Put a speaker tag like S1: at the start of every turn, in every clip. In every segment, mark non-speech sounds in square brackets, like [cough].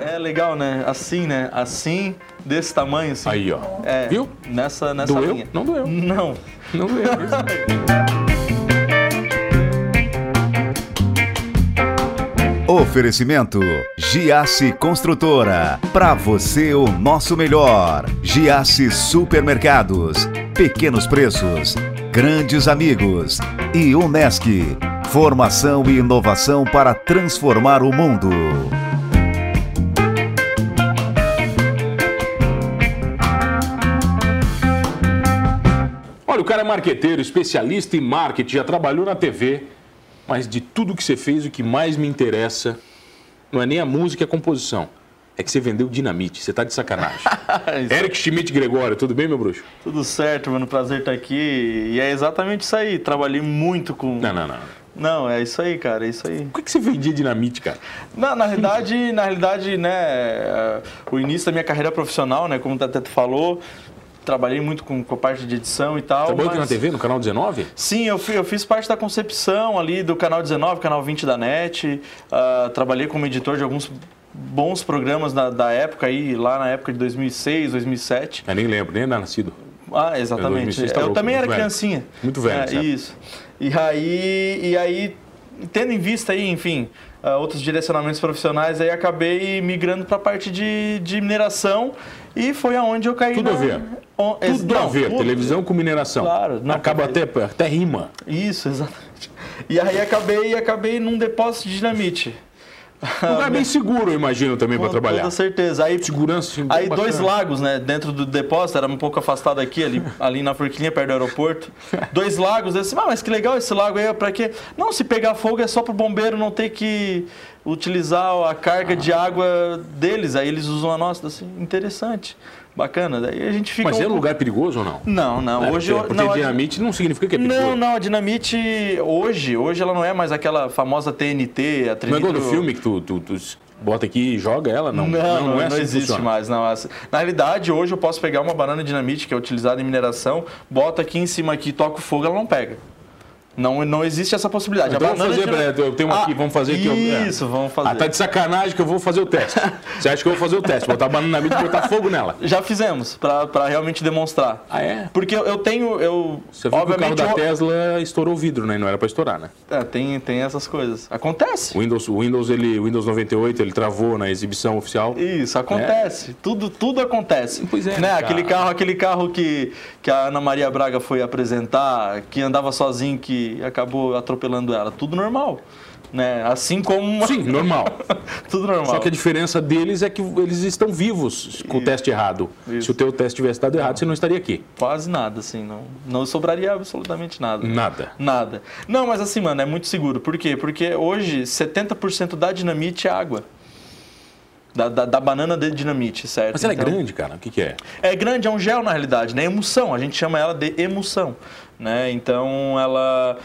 S1: É legal, né? Assim, né? Assim, desse tamanho, assim.
S2: Aí, ó.
S1: É,
S2: Viu?
S1: Nessa, nessa
S2: Doeu?
S1: linha.
S2: Não doeu. [laughs]
S1: Não.
S2: Não doeu.
S1: [laughs]
S3: Oferecimento Giasse Construtora. Para você o nosso melhor. Giasse Supermercados. Pequenos preços, grandes amigos e Unesc. Formação e inovação para transformar o mundo.
S2: Olha, o cara é marqueteiro, especialista em marketing, já trabalhou na TV, mas de tudo que você fez, o que mais me interessa não é nem a música e a composição. É que você vendeu dinamite, você tá
S1: [laughs]
S2: de sacanagem. Eric Schmidt Gregório, tudo bem, meu bruxo?
S1: É. Tudo certo, mano. Prazer estar aqui. E é exatamente isso aí. Trabalhei muito com.
S2: Não, não, não.
S1: Não, é isso aí, cara. É isso aí.
S2: Por que que você vendia dinamite, cara?
S1: Na, na realidade, na realidade, né, eh, o início da minha carreira profissional, né, como o Teto falou, trabalhei muito com, com a parte de edição e tal.
S2: Trabalhou aqui na
S1: mas-
S2: TV, no canal 19?
S1: Sim, eu, fi- eu fiz parte da concepção ali do canal 19, canal 20 da NET. ah, trabalhei como editor de alguns bons programas na- da época aí, lá na época de 2006, 2007.
S2: Eu nem lembro, nem era nascido.
S1: Ah, exatamente.
S2: 2006 tá
S1: eu
S2: louco,
S1: também
S2: muito
S1: era
S2: velho.
S1: criancinha.
S2: Muito velho,
S1: É,
S2: certo.
S1: Isso. E aí, e aí, tendo em vista aí, enfim, ah, outros direcionamentos profissionais, aí acabei migrando para a parte de, de mineração e foi aonde eu caí.
S2: Tudo
S1: na-
S2: a ver.
S1: on- ex-
S2: Tudo a
S1: não,
S2: ver,
S1: tudo-
S2: televisão com mineração.
S1: Claro, não,
S2: Acaba até,
S1: [laughs]
S2: até rima.
S1: Isso, exatamente. E aí acabei, acabei num depósito de dinamite.
S2: Um lugar bem seguro, eu imagino, também, para
S1: Com
S2: trabalhar.
S1: toda certeza. Aí,
S2: Segurança, sim,
S1: aí
S2: bacana.
S1: dois lagos, né? Dentro do depósito, era um pouco afastado aqui,
S2: [laughs]
S1: ali, ali na Forquilinha, perto do aeroporto. Dois lagos, eu disse, ah, mas que legal esse lago aí, pra quê? Não, se pegar fogo é só pro bombeiro não ter que utilizar a carga de
S2: Ah.
S1: água deles. Aí eles usam a nossa, assim, interessante, bacana. Daí a gente fica.
S2: Mas
S1: um
S2: era um
S1: pouco-
S2: lugar perigoso ou não?
S1: Não, não.
S2: É,
S1: hoje
S2: porque,
S1: eu.
S2: porque
S1: não, a-
S2: dinamite não significa que é perigoso.
S1: não, não, a Dinamite hoje, hoje ela não é mais aquela famosa TNT, a
S2: Não é igual no
S1: trinitro-
S2: filme que tu, tu- tu s- bota aqui e joga ela? Não,
S1: Não, não, não,
S2: é assim que
S1: existe
S2: funciona.
S1: mais. Não. Essa- Na realidade, hoje eu posso pegar uma banana dinamite, que é utilizada em mineração, boto aqui em cima aqui, toco fogo, ela não pega. Não, não existe essa possibilidade.
S2: Então
S1: a
S2: vamos
S1: banana
S2: fazer,
S1: dinamite-
S2: Brad, eu tenho uma aqui,
S1: Ah,
S2: vamos fazer aqui. eu- é.
S1: Isso, vamos fazer.
S2: Ah, tá de sacanagem que eu vou fazer
S1: [laughs]
S2: o teste. Você acha que eu vou fazer o teste? Botar a banana mid e botar fogo nela.
S1: Já fizemos, pra, pra realmente demonstrar.
S2: Ah, é?
S1: Porque eu- eu tenho, eu...
S2: Você viu
S1: obviamente,
S2: que o carro da
S1: eu-
S2: Tesla estourou o vidro, né? E Não era pra estourar, né?
S1: É, tem, tem essas coisas. Acontece.
S2: O Windows, o Windows, ele, o Windows 98, ele travou na exibição oficial.
S1: Isso, acontece. Tudo, tudo acontece.
S2: É. Pois é,
S1: né?
S2: cara.
S1: Aquele carro, aquele carro que, que a Ana Maria Braga foi apresentar, que andava sozinho, que acabou atropelando ela. Tudo normal. Né? Assim como uma...
S2: Sim, normal.
S1: [laughs] tudo normal.
S2: Só que a diferença deles é que eles estão vivos com o teste errado. Se o teu teste tivesse dado errado, você não estaria aqui.
S1: Quase nada, assim. Não, não sobraria absolutamente nada.
S2: Nada.
S1: Nada. Não, mas assim, mano, é muito seguro. Por quê? Porque hoje 70% da dinamite é água. Da, da, da banana de dinamite, certo?
S2: Mas ela é
S1: Então-
S2: grande, cara. O que, que é?
S1: É grande, é um gel na realidade, né? Emulsão, a gente chama ela de emulsão, né? Então ela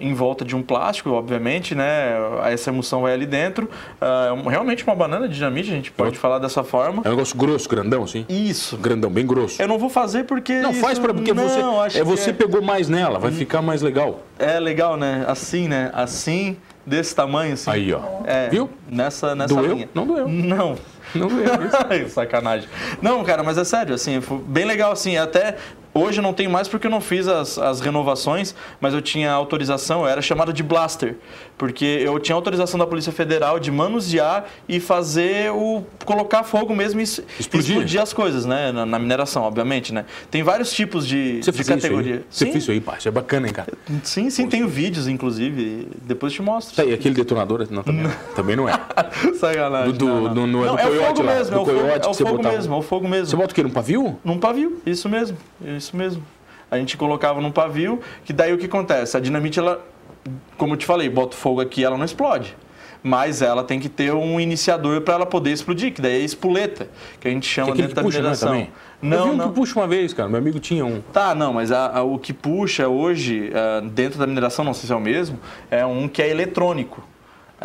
S1: em volta de um plástico, obviamente, né? Essa emulsão vai ali dentro. Ah, é um- realmente uma banana de dinamite, a gente pode falar dessa forma.
S2: É um negócio grosso, grandão, sim?
S1: Isso.
S2: Grandão, bem grosso.
S1: Eu não vou fazer porque
S2: Não,
S1: isso-
S2: faz pra, porque
S1: não,
S2: você,
S1: acho
S2: é, você
S1: que Hum.
S2: pegou mais nela, vai ficar mais legal.
S1: é, é legal, né? Assim, né? Assim, desse tamanho, assim.
S2: Aí, ó.
S1: É,
S2: Viu?
S1: Nessa nessa
S2: Doeu?
S1: linha.
S2: Não doeu.
S1: Não.
S2: Não é doeu.
S1: [laughs] Ai, Sacanagem. Não, cara, mas é sério, assim, foi bem legal, assim, até hoje eu não tenho mais porque eu não fiz as, as renovações, mas eu tinha autorização, eu era chamado de blaster, porque eu tinha autorização da Polícia Federal de manusear e fazer o... colocar fogo mesmo e es-
S2: Explodir.
S1: as coisas, né, na, na mineração, obviamente, né. Tem vários tipos de,
S2: Você
S1: de
S2: fez isso
S1: categoria.
S2: aí? Você
S1: sim,
S2: fez isso aí, pá. Isso é bacana, hein, cara.
S1: sim, sim, tenho vídeos, inclusive, depois eu te mostro.
S2: Tá aí, aquele detonador? Não, também não, também não é.
S1: [laughs] Sacanagem.
S2: Do- do-
S1: não, não.
S2: do- no- é do
S1: Não, é o
S2: coiote
S1: fogo
S2: lá,
S1: mesmo,
S2: do
S1: é o fogo,
S2: coiote
S1: é
S2: que
S1: o
S2: você
S1: fogo
S2: botava.
S1: mesmo, é o fogo
S2: Você
S1: mesmo.
S2: bota o quê? Num pavio? é
S1: Num pavio, isso mesmo, isso mesmo. A gente colocava num pavio, que daí o que acontece? A dinamite, ela, como eu te falei, bota fogo aqui, ela não explode. Mas ela tem que ter um iniciador para ela poder explodir, que daí é espoleta, que a gente
S2: É
S1: chama
S2: aquele
S1: dentro
S2: que
S1: da
S2: puxa, não é
S1: mineração.
S2: também? Eu vi
S1: Não,
S2: um
S1: não.
S2: que puxa uma vez, cara. Meu amigo tinha um.
S1: Tá, não, mas a- a- o que puxa hoje ah, dentro da mineração, não sei se é o mesmo, é um que é eletrônico.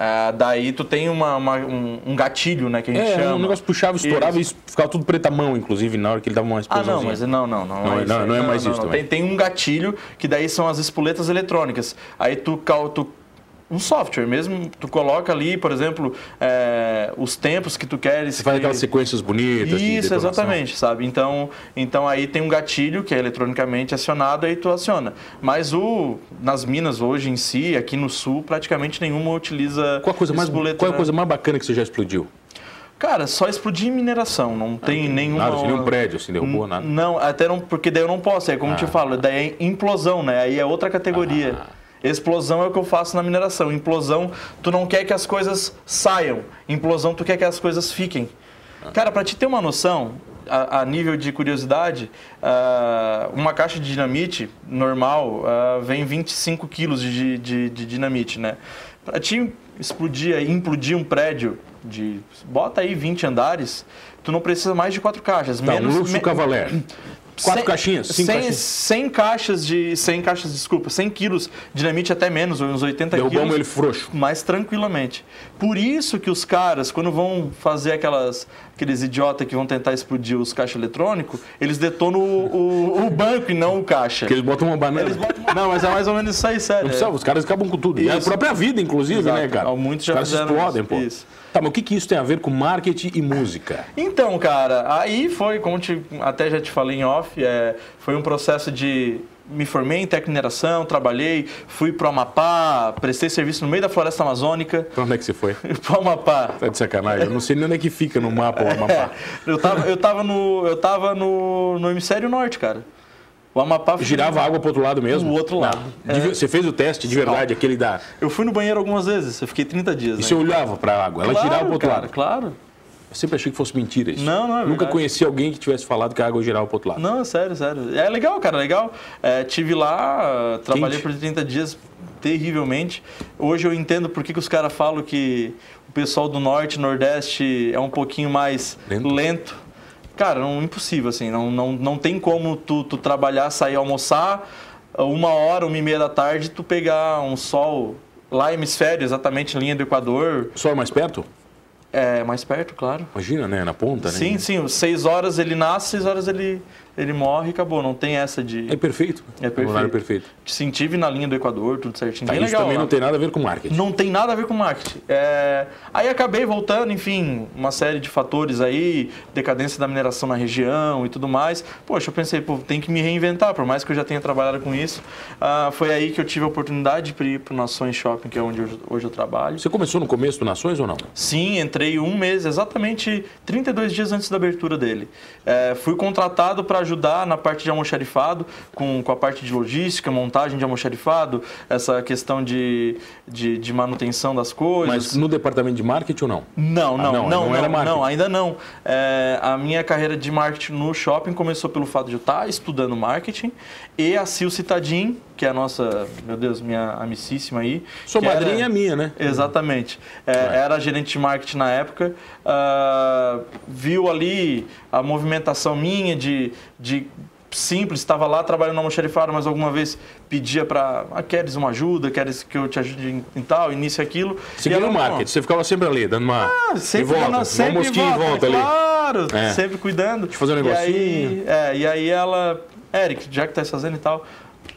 S1: Ah, daí tu tem uma- uma- um, um gatilho, né, que a gente
S2: É,
S1: chama.
S2: um negócio puxava, estourava e ficava tudo preto à mão, inclusive, na hora que ele dava uma
S1: Ah,
S2: explosão.
S1: não, mas não, não, não.
S2: Não,
S1: é isso
S2: não,
S1: aí.
S2: não é mais isso
S1: não.
S2: também.
S1: Tem, tem um gatilho que daí são as espoletas eletrônicas. Aí tu, cal- tu um software mesmo. Tu coloca ali, por exemplo, é, os tempos que tu queres.
S2: Você faz
S1: que-
S2: aquelas sequências bonitas. de
S1: Isso,
S2: detonação.
S1: exatamente, sabe? Então, então aí tem um gatilho que é eletronicamente acionado aí tu aciona. Mas o nas minas hoje em si, aqui no sul, praticamente nenhuma utiliza
S2: Qual a, coisa mais,
S1: espoleta,
S2: qual é a
S1: né?
S2: coisa mais bacana que você já explodiu?
S1: Cara, só explodir em mineração, não tem nenhuma
S2: Nada, assim, nenhum prédio, assim, derrubou, nada. Ah.
S1: Não, até não, porque daí eu não posso, é como eu te falo, daí é implosão, né? Aí é outra categoria. Explosão é o que eu faço na mineração. Implosão, tu não quer que as coisas saiam. Implosão, tu quer que as coisas fiquem.
S2: Ah.
S1: Cara, pra te ter uma noção, a, a nível de curiosidade, ah, uma caixa de dinamite normal ah, vem 25 quilos de, de, de dinamite, né? Pra ti explodir, implodir um prédio de. bota aí 20 andares, tu não precisa mais de quatro caixas.
S2: Tá,
S1: menos,
S2: um luxo
S1: me-
S2: cavalé. Quatro
S1: Cem-
S2: caixinhas? Cinco
S1: cem-
S2: caixinhas?
S1: 100 caixas de. 100 caixas, desculpa, 100 quilos de dinamite até menos, uns 80 quilos.
S2: Derrubamos ele frouxo.
S1: Mais tranquilamente. Por isso que os caras, quando vão fazer aquelas, aqueles idiotas que vão tentar explodir os caixas eletrônicos, eles detonam o, o- o banco e não o caixa.
S2: Porque eles botam uma banana.
S1: Eles botam uma- Não, mas é mais ou menos isso aí, sério.
S2: Não precisa, os caras acabam com tudo. E é a
S1: Isso.
S2: própria vida, inclusive,
S1: Exato.
S2: né, cara?
S1: Muitos
S2: os
S1: já
S2: caras se
S1: fizeram
S2: explodem,
S1: isso.
S2: pô.
S1: Isso.
S2: Tá, mas o que, que isso tem a ver com marketing e música?
S1: Então, cara, aí foi, como te- até já te falei em off, é, foi um processo de. Me formei em tecnificação, trabalhei, fui pro Amapá, prestei serviço no meio da floresta amazônica. [laughs]
S2: Pra onde é que você foi?
S1: Pro Amapá.
S2: Tá de sacanagem. Eu não sei nem onde é que fica no mapa o Amapá.
S1: Eu tava, eu tava, no, eu tava no, no hemisfério norte, cara. O Amapá. fica-
S2: Girava a água pro outro lado mesmo?
S1: Do outro
S2: Não.
S1: lado. É.
S2: De- Você fez o teste de verdade, aquele da.
S1: Eu fui no banheiro algumas vezes, eu fiquei 30 dias.
S2: E
S1: né?
S2: você olhava pra água, ela
S1: claro,
S2: girava pro outro
S1: cara,
S2: lado.
S1: Claro.
S2: Eu sempre achei que fosse mentira isso.
S1: Não, não é
S2: Nunca
S1: verdade.
S2: conheci alguém que tivesse falado que a água girava pro outro lado.
S1: Não, é sério, sério. É legal, cara, é legal. É, tive lá, trabalhei por 30 dias terrivelmente. Hoje eu entendo por que, que os caras falam que o pessoal do norte, nordeste é um pouquinho mais
S2: Lento.
S1: lento. Cara, não, impossível, assim. Não, não, não tem como tu, tu trabalhar, sair almoçar, uma hora, uma e meia da tarde, tu pegar um sol lá hemisfério, exatamente linha do Equador.
S2: Só mais perto?
S1: É mais perto, claro.
S2: Imagina, né? Na ponta,
S1: Sim,
S2: né?
S1: sim. Seis horas ele nasce, seis horas ele, ele morre e acabou. Não tem essa de...
S2: É perfeito.
S1: É
S2: Um horário perfeito.
S1: Sim, tive na linha do Equador, tudo certinho.
S2: Tá,
S1: bem
S2: isso
S1: legal.
S2: também
S1: lá.
S2: não tem nada a ver com marketing.
S1: Não tem nada a ver com marketing. É, Aí acabei voltando, enfim, uma série de fatores aí, decadência da mineração na região e tudo mais. Poxa, eu pensei, pô, tem que me reinventar, por mais que eu já tenha trabalhado com isso. Ah, foi aí que eu tive a oportunidade de ir para o Nações Shopping, que é onde eu- hoje eu trabalho.
S2: Você começou no começo do Nações ou não?
S1: Sim, entrei um mês, exatamente 32 dias antes da abertura dele. É, fui contratado para ajudar na parte de almoxarifado, com, com a parte de logística, montagem de almoxarifado, essa questão de, de, de manutenção das
S2: Mas
S1: coisas.
S2: no departamento de marketing ou não?
S1: Não,
S2: Ah,
S1: não,
S2: não,
S1: não, não,
S2: não era
S1: não,
S2: marketing.
S1: ainda não. É, a minha carreira de marketing no shopping começou pelo fato de eu estar estudando marketing e a Sil Citadin, que é a nossa, meu Deus, minha amicíssima aí.
S2: Sua
S1: que era-
S2: madrinha é minha, né?
S1: Exatamente. É, Era gerente de marketing na época. ah, viu ali a movimentação minha de, de simples, estava lá trabalhando na almoxarifada, mas alguma vez pedia para. Ah, queres uma ajuda? Queres que eu te ajude em, em tal, início, aquilo? E
S2: Seguindo
S1: ela,
S2: o
S1: "Não,
S2: marketing, você ficava sempre ali, dando uma.
S1: ah, sempre
S2: em volta,
S1: dando- sempre
S2: uma mosquinha em volta ali.
S1: Claro,
S2: É.
S1: sempre cuidando. Deixa
S2: fazer um
S1: E aí, é, e aí ela, Eric, já que tá isso fazendo e tal,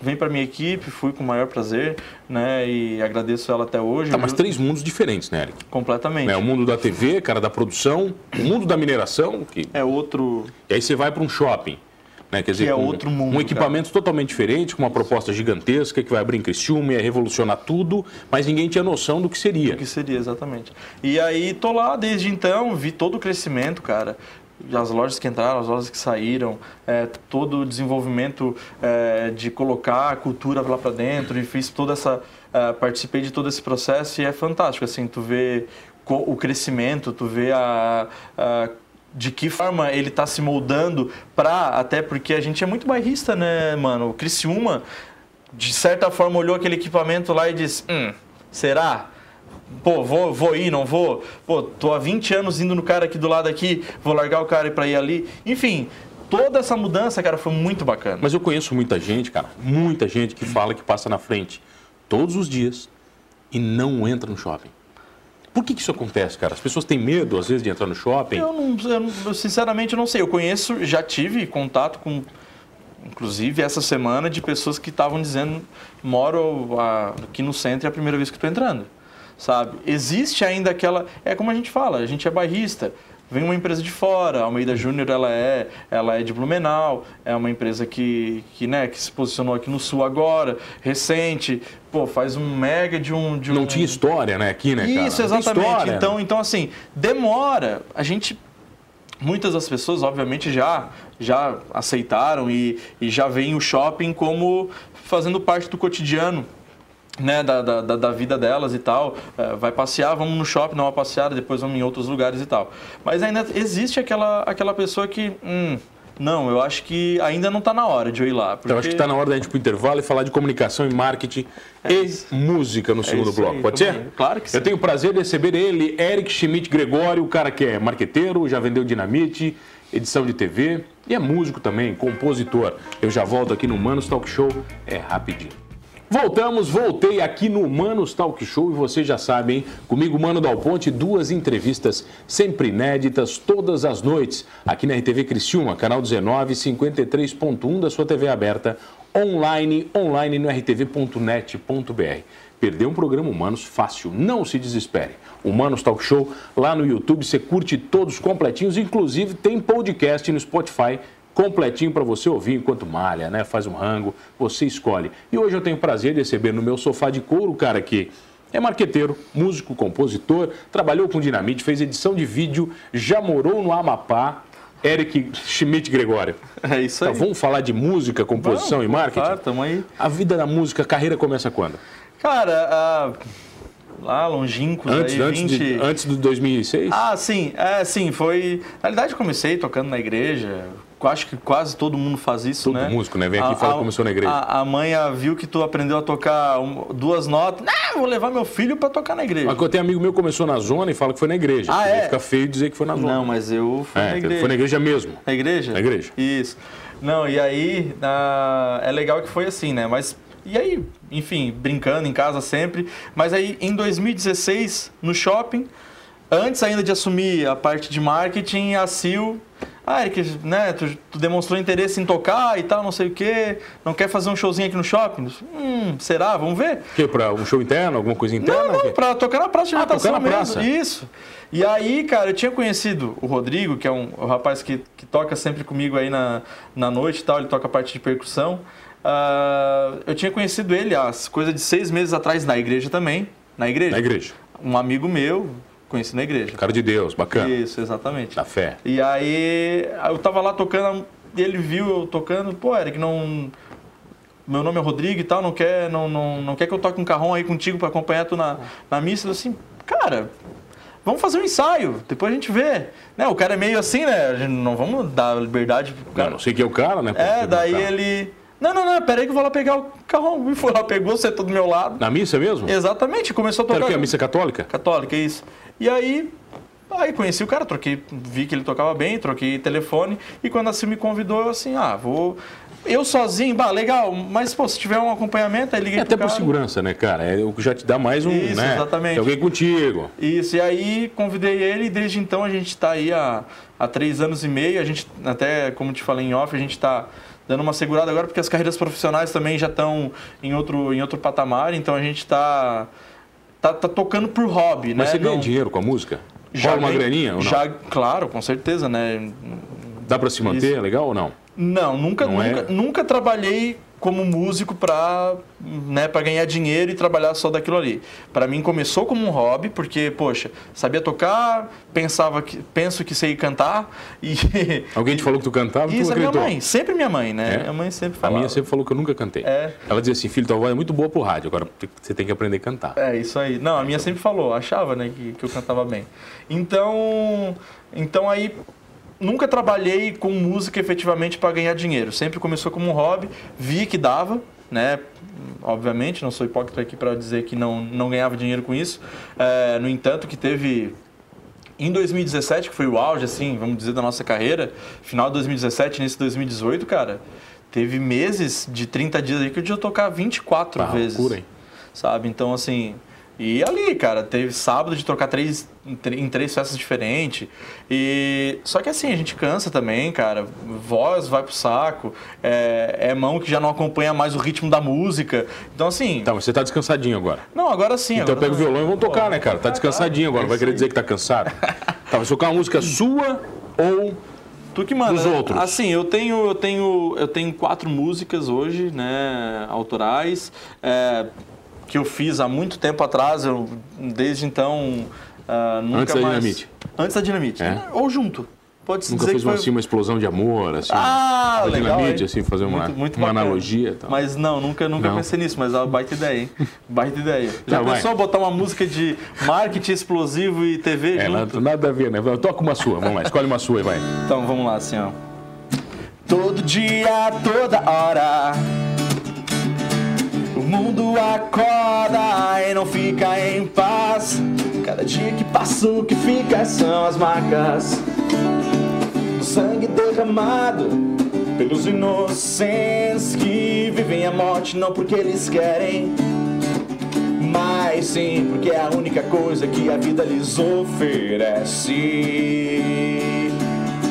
S1: vem pra minha equipe, fui com o maior prazer, né? E agradeço ela até hoje.
S2: Tá, mas
S1: viu?
S2: três mundos diferentes, né, Eric?
S1: Completamente.
S2: Né, o mundo da TV, cara, da produção, o mundo da mineração, que
S1: É outro.
S2: E aí você vai para um shopping. Né? Quer dizer,
S1: é
S2: com
S1: outro mundo,
S2: um equipamento totalmente diferente, com uma proposta gigantesca que vai abrir em Criciúma, ia revolucionar tudo, mas ninguém tinha noção do que seria.
S1: O que seria, exatamente. E aí tô lá desde então, vi todo o crescimento, cara. As lojas que entraram, as lojas que saíram, é, todo o desenvolvimento é, de colocar a cultura lá pra dentro e fiz toda essa. é, participei de todo esse processo e é fantástico, assim, tu vê co- o crescimento, tu vê a- a de que forma ele tá se moldando pra. Até porque a gente é muito bairrista, né, mano? O Criciúma, de certa forma, olhou aquele equipamento lá e disse: Hum, será? Pô, vou, vou ir, não vou? Pô, tô há 20 anos indo no cara aqui do lado aqui, vou largar o cara pra ir ali. Enfim, toda essa mudança, cara, foi muito bacana.
S2: Mas eu conheço muita gente, cara, muita gente que fala que passa na frente todos os dias e não entra no shopping. Por que, que isso acontece, cara? As pessoas têm medo, às vezes, de entrar no shopping.
S1: Eu, não, eu não- eu sinceramente eu não sei. Eu conheço, já tive contato com inclusive essa semana, de pessoas que estavam dizendo: moro a- aqui no centro, é a primeira vez que estou entrando. Sabe? Existe ainda aquela. É como a gente fala, a gente é bairrista. Vem uma empresa de fora, a Almeida Júnior ela é, ela é de Blumenau, é uma empresa que, que, né, que se posicionou aqui no sul agora, recente, pô, faz um mega de um. De
S2: Não
S1: um...
S2: tinha história, né, aqui, né, cara?
S1: Isso,
S2: Não tem
S1: exatamente.
S2: história.
S1: então, então, assim, demora. A gente. Muitas das pessoas, obviamente, já, já aceitaram e, e já veem o shopping como fazendo parte do cotidiano. Né, da, da, da- da vida delas e tal. É, vai passear, vamos no shopping, dar uma passeada, depois vamos em outros lugares e tal. Mas ainda existe aquela, aquela pessoa que. "Hum, não, eu acho que ainda não está na hora de eu ir lá.
S2: Então, acho que
S1: porque-
S2: está na hora da gente ir para o intervalo e falar de comunicação e marketing
S1: É
S2: e música no segundo
S1: isso
S2: bloco.
S1: aí,
S2: Pode
S1: tudo
S2: ser?
S1: bem. Claro que sim.
S2: Eu tenho o prazer de receber ele, Eric Schmidt Gregório, o cara que é marqueteiro, já vendeu Dinamite, edição de TV e é músico também, compositor. Eu já volto aqui no Manos Talk Show, é rapidinho. Voltamos, voltei aqui no Manos Talk Show e vocês já sabem, hein? comigo, Mano Dal Ponte, duas entrevistas sempre inéditas, todas as noites, aqui na RTV Criciúma, canal 19, 53.1 da sua TV aberta, online, online no rtv.net.br. Perdeu um programa Humanos fácil, não se desespere. Humanos Talk Show, lá no YouTube, você curte todos completinhos, inclusive tem podcast no Spotify completinho para você ouvir enquanto malha, né? Faz um rango, você escolhe. E hoje eu tenho o prazer de receber no meu sofá de couro o cara que é marqueteiro, músico, compositor, trabalhou com Dinamite, fez edição de vídeo, já morou no Amapá, Eric Schmidt Gregório.
S1: [laughs] É isso aí.
S2: Então, vamos falar de música, composição
S1: Vamos,
S2: e marketing?
S1: Claro, tamo aí.
S2: A vida da música, a carreira começa quando?
S1: Cara, ah, lá longínquos,
S2: Antes,
S1: aí,
S2: antes,
S1: 20...
S2: de, antes do 2006?
S1: Ah, sim, é, sim, foi... Na realidade, eu comecei tocando na igreja, eu acho que quase todo mundo faz isso,
S2: Todo
S1: né?
S2: músico, né? Vem aqui e fala que começou na igreja.
S1: A, a mãe ah, viu que tu aprendeu a tocar um- duas notas, não, vou levar meu filho pra tocar na igreja.
S2: Mas Ah, quando tem amigo meu que começou na zona e fala que foi na igreja.
S1: Ah,
S2: Daí
S1: é?
S2: Fica feio dizer que foi na zona.
S1: Não, mas eu fui
S2: É,
S1: na igreja. É.
S2: foi na igreja mesmo.
S1: Na igreja?
S2: Na igreja.
S1: Isso. Não, e aí na- é legal que foi assim, né? Mas. E aí, enfim, brincando em casa sempre. Mas aí em 2016, no shopping, antes ainda de assumir a parte de marketing, a Sil. Ah, Eric, né? Tu, tu demonstrou interesse em tocar e tal, não sei o quê. Não quer fazer um showzinho aqui no shopping? Hum, será? Vamos ver?
S2: Que para um show interno, alguma coisa interna?
S1: Não,
S2: O quê?
S1: não, pra tocar na praça de
S2: Ah,
S1: alimentação
S2: tocar na
S1: mesmo.
S2: praça.
S1: Isso. E aí, cara, eu tinha conhecido o Rodrigo, que é um, o rapaz que, que toca sempre comigo aí na, na noite e tal, ele toca a parte de percussão. Ah, eu tinha conhecido ele há coisa de seis meses atrás na igreja também. Na igreja.
S2: Na igreja.
S1: Um amigo meu, conheci na igreja.
S2: Cara de Deus, bacana.
S1: Isso, exatamente.
S2: Da fé.
S1: E aí eu tava lá tocando, ele viu eu tocando, pô, Eric, não. Meu nome é Rodrigo e tal, não quer, não, não, não quer que eu toque um carrão aí contigo pra acompanhar tu na, na missa? Eu assim, cara, vamos fazer um ensaio, depois a gente vê. Né, o cara é meio assim, né? a gente não vamos dar liberdade pro
S2: Não,
S1: cara.
S2: não sei quem é o cara, né? pô,
S1: é,
S2: que
S1: daí
S2: tá-
S1: ele. Não, não, não, peraí que eu vou lá pegar o carrão. E foi lá, pegou, sentou do meu lado.
S2: Na missa mesmo?
S1: Exatamente, começou a tocar.
S2: Era que é a missa católica?
S1: Católica, é isso. E aí, aí conheci o cara, troquei, vi que ele tocava bem, troquei telefone. E quando a Sil me convidou, eu assim, ah, vou. Eu sozinho, bah, legal, mas pô, se tiver um acompanhamento, aí liguei
S2: É até
S1: pro
S2: por
S1: cara.
S2: segurança, né, cara? É o que já te dá mais um,
S1: Isso,
S2: né?
S1: exatamente.
S2: Tem alguém contigo.
S1: Isso, e aí convidei ele e desde então a gente está aí há, há três anos e meio. A gente, até como te falei em off, a gente está dando uma segurada agora porque as carreiras profissionais também já estão em outro, em outro patamar, então a gente está tá, tá tocando por hobby, né?
S2: Mas você ganha
S1: Não-
S2: dinheiro com a música? Rola uma
S1: ganhei-
S2: graninha ou não?
S1: Já, claro, com certeza, né?
S2: Dá pra se manter? Legal ou não?
S1: Não, nunca,
S2: Não é?
S1: nunca, nunca trabalhei como músico para né, pra ganhar dinheiro e trabalhar só daquilo ali. Para mim começou como um hobby, porque, poxa, sabia tocar, pensava que, penso que sei cantar e...
S2: Alguém te falou que tu cantava
S1: [laughs]
S2: e tu
S1: Isso é minha
S2: acreditou?
S1: mãe, sempre minha mãe, né?
S2: É?
S1: Minha mãe sempre
S2: A
S1: falava.
S2: minha sempre falou que eu nunca cantei.
S1: É.
S2: Ela dizia assim, filho, tua voz é muito boa pro rádio, agora te- você tem que aprender a cantar.
S1: É, isso aí. Não, a minha sempre falou, achava, né, que, que eu cantava bem. Então, então aí nunca trabalhei com música efetivamente para ganhar dinheiro. Sempre começou como um hobby, vi que dava, né? Obviamente, não sou hipócrita aqui para dizer que não, não ganhava dinheiro com isso. É, no entanto, que teve em 2017, que foi o auge, assim, vamos dizer, da nossa carreira, final de 2017, início de 2018, cara, teve meses de 30 dias aí que eu devia tocar 24
S2: Ah,
S1: vezes.
S2: loucura, hein?
S1: Sabe? Então, assim. E ali, cara, teve sábado de trocar três, em tr- em três festas diferentes. E só que assim, a gente cansa também, cara. Voz vai pro saco, é, é mão que já não acompanha mais o ritmo da música. Então assim,
S2: Tá, mas você tá descansadinho agora.
S1: não, agora sim.
S2: Então
S1: agora
S2: pega o
S1: tá-
S2: violão e vamos
S1: Pô,
S2: tocar, né, cara? Tá
S1: ah,
S2: descansadinho agora, vai querer dizer que
S1: [laughs]
S2: tá cansado. Tá, vai tocar uma música sua ou.
S1: Tu que manda.
S2: Dos
S1: né?
S2: outros.
S1: Assim, eu tenho, eu tenho, eu tenho quatro músicas hoje, né, autorais, é, que eu fiz há muito tempo atrás. Eu, desde então, ah, nunca
S2: Antes da
S1: mais.
S2: Dinamite.
S1: Antes da dinamite.
S2: É.
S1: Ou junto. Pode se
S2: Nunca
S1: dizer
S2: fez
S1: que
S2: uma,
S1: foi...
S2: assim, uma explosão de amor, assim.
S1: Ah,
S2: uma
S1: legal.
S2: dinamite,
S1: hein?
S2: assim, fazer uma,
S1: Muito- muito
S2: uma
S1: bacana.
S2: analogia e tal.
S1: Mas não, nunca, nunca
S2: Não.
S1: pensei nisso, mas é uma baita ideia,
S2: [laughs]
S1: hein? Baita ideia. Já
S2: Não, vai.
S1: pensou botar uma música de marketing explosivo e TV
S2: É,
S1: junto?
S2: nada, nada a ver, né? Toca uma sua, vamos lá, escolhe uma sua e vai.
S1: Então vamos lá, assim, ó. Todo dia, toda hora. O mundo acorda e não fica em paz. Cada dia que passa, o que fica são as marcas do sangue derramado pelos inocentes que vivem a morte não porque eles querem, mas sim porque é a única coisa que a vida lhes oferece.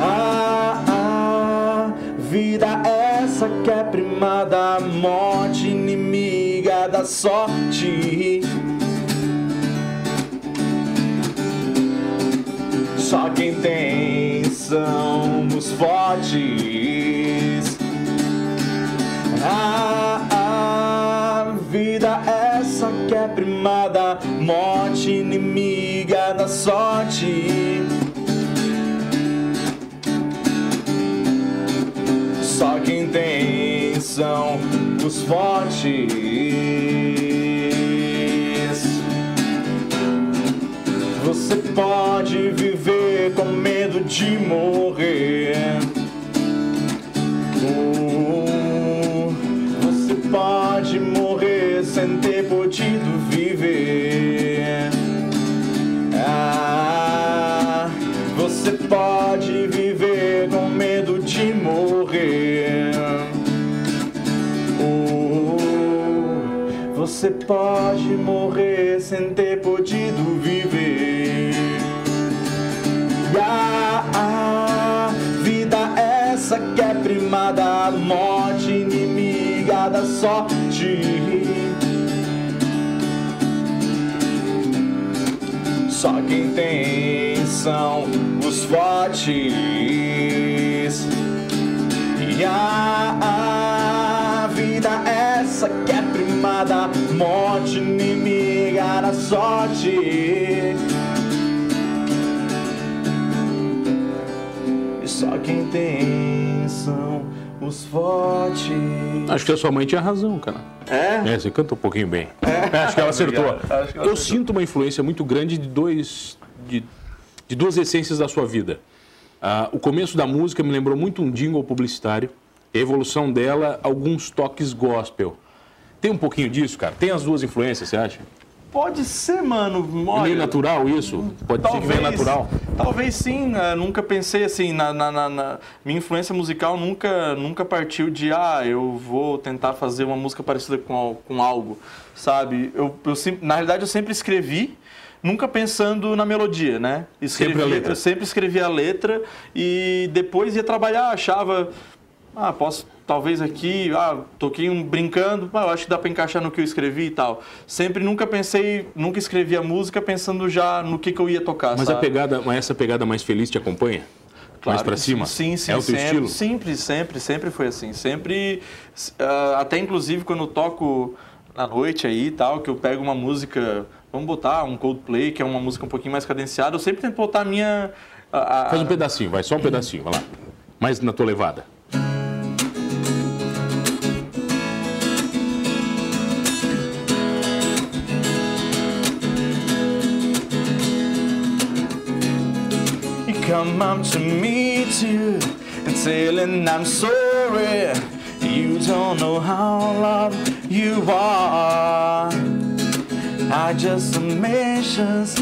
S1: Ah, ah, vida essa que é prima da morte, inimiga da sorte. Só quem tem são os fortes. A, a Ah, vida essa que é primada, morte inimiga da sorte. Só quem tem são os fortes. Você pode viver com medo de morrer. Uh, Você pode morrer sem ter podido viver. Ah, você pode viver com medo de morrer. Oh, Você pode morrer sem ter podido viver. E a a vida essa que é prima da morte, inimiga da sorte. Só quem tem são os fortes. E a, a vida essa que é primada, morte inimiga da sorte. E só quem tem são os fortes.
S2: Acho que a sua mãe tinha razão, cara.
S1: É?
S2: É, você canta um pouquinho bem. Acho que ela acertou.
S1: Obrigado. Acho que ela
S2: eu
S1: acertou.
S2: sinto uma influência muito grande de dois. De, de duas essências da sua vida. Ah, o começo da música me lembrou muito um jingle publicitário. E a evolução dela, alguns toques gospel. Tem um pouquinho disso, cara? Tem as duas influências, você acha?
S1: Pode ser, mano.
S2: É meio
S1: Olha,
S2: natural isso? Pode ser que venha natural.
S1: Talvez sim, né? nunca pensei assim, na, na- na- na- minha influência musical nunca, nunca partiu de, ah, eu vou tentar fazer uma música parecida com, al- com algo, sabe? Eu, eu sim- na realidade eu sempre escrevi, nunca pensando na melodia, né? Escrevi,
S2: Sempre a letra.
S1: Eu sempre escrevia a letra e depois ia trabalhar, achava, ah, posso talvez aqui, ah, toquei um brincando, ah, eu acho que dá pra encaixar no que eu escrevi e tal. Sempre nunca pensei, nunca escrevi a música pensando já no que, que eu ia tocar,
S2: Mas a
S1: sabe?
S2: pegada, mas essa pegada mais feliz te acompanha? mais
S1: Claro
S2: pra
S1: que
S2: cima?
S1: Sim, sim,
S2: É o teu
S1: sempre,
S2: estilo?
S1: Sempre, sempre, sempre foi assim. Sempre, s- ah, até inclusive quando eu toco na noite aí e tal, que eu pego uma música, vamos botar um Coldplay, que é uma música um pouquinho mais cadenciada, eu sempre tento botar a minha... a- a-
S2: Faz um pedacinho, vai, só um pedacinho, vai lá. Mais na tua levada.
S1: You come up to meet you and telling I'm sorry. You don't know how loved you are. I just mentions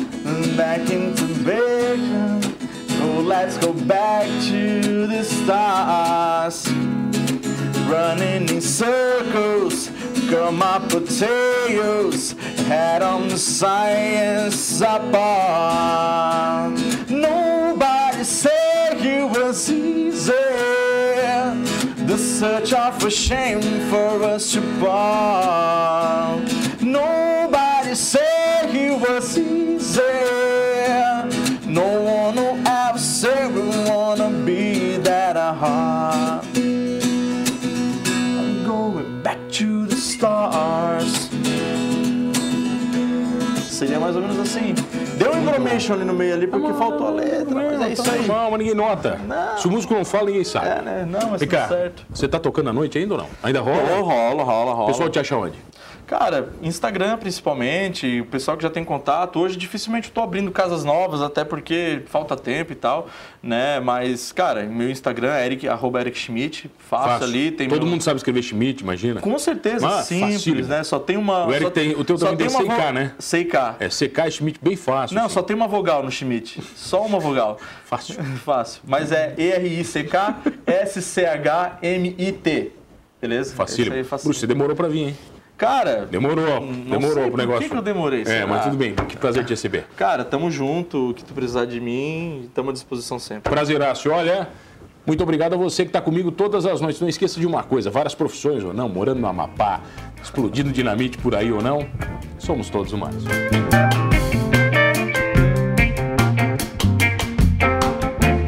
S1: back into bacon. So let's go back to the stars running in circles. Girl, my potatoes had on science apart. Nobody said it was easy. The search of a shame for us to part. Nobody said it was easy. No one will ever say we wanna be that hard. I'm going back to the stars. Seria mais ou menos assim. Deu um information ali no meio ali porque faltou a letra, mas é isso aí.
S2: Não, mas ninguém nota. Se o músico não fala, ninguém sabe.
S1: É, né? Não, mas
S2: Vem
S1: tá
S2: cá,
S1: certo.
S2: você tá tocando à noite ainda ou não? Ainda rola?
S1: Rola, rola, rola, rola.
S2: O pessoal te acha onde?
S1: Cara, Instagram principalmente, o pessoal que já tem contato. Hoje dificilmente eu tô abrindo casas novas, até porque falta tempo e tal, né? Mas, cara, meu Instagram é eric, arroba Eric Schmidt. Fácil,
S2: Fácil.
S1: ali. Tem
S2: Todo
S1: meu-
S2: mundo sabe escrever Schmidt, imagina.
S1: Com certeza,
S2: Ah,
S1: simples,
S2: facílimo.
S1: né? Só tem uma.
S2: O Eric
S1: só-
S2: tem- o teu
S1: só
S2: também
S1: tem
S2: tem
S1: uma
S2: 100K,
S1: vo-
S2: né?
S1: 100K.
S2: É, CK e Schmidt bem fácil.
S1: Não,
S2: assim.
S1: só tem uma vogal no Schmidt. Só uma vogal.
S2: [laughs] Fácil.
S1: [laughs] Fácil. Mas é E-R-I-C-K-S-C-H-M-I-T. Beleza?
S2: Facílimo.
S1: É isso aí,
S2: Bruce, você demorou pra vir, hein?
S1: Cara,
S2: Demorou.
S1: Não
S2: demorou
S1: sei
S2: pro
S1: por
S2: negócio.
S1: que que eu demorei,
S2: É,
S1: será?
S2: mas tudo bem. Que prazer te receber.
S1: cara, tamo junto. O que tu precisar de mim, tamo à disposição sempre.
S2: Prazeraço. Olha, muito obrigado a você que está comigo todas as noites. Não esqueça de uma coisa: várias profissões ou não, morando no Amapá, explodindo dinamite por aí ou não, somos todos humanos.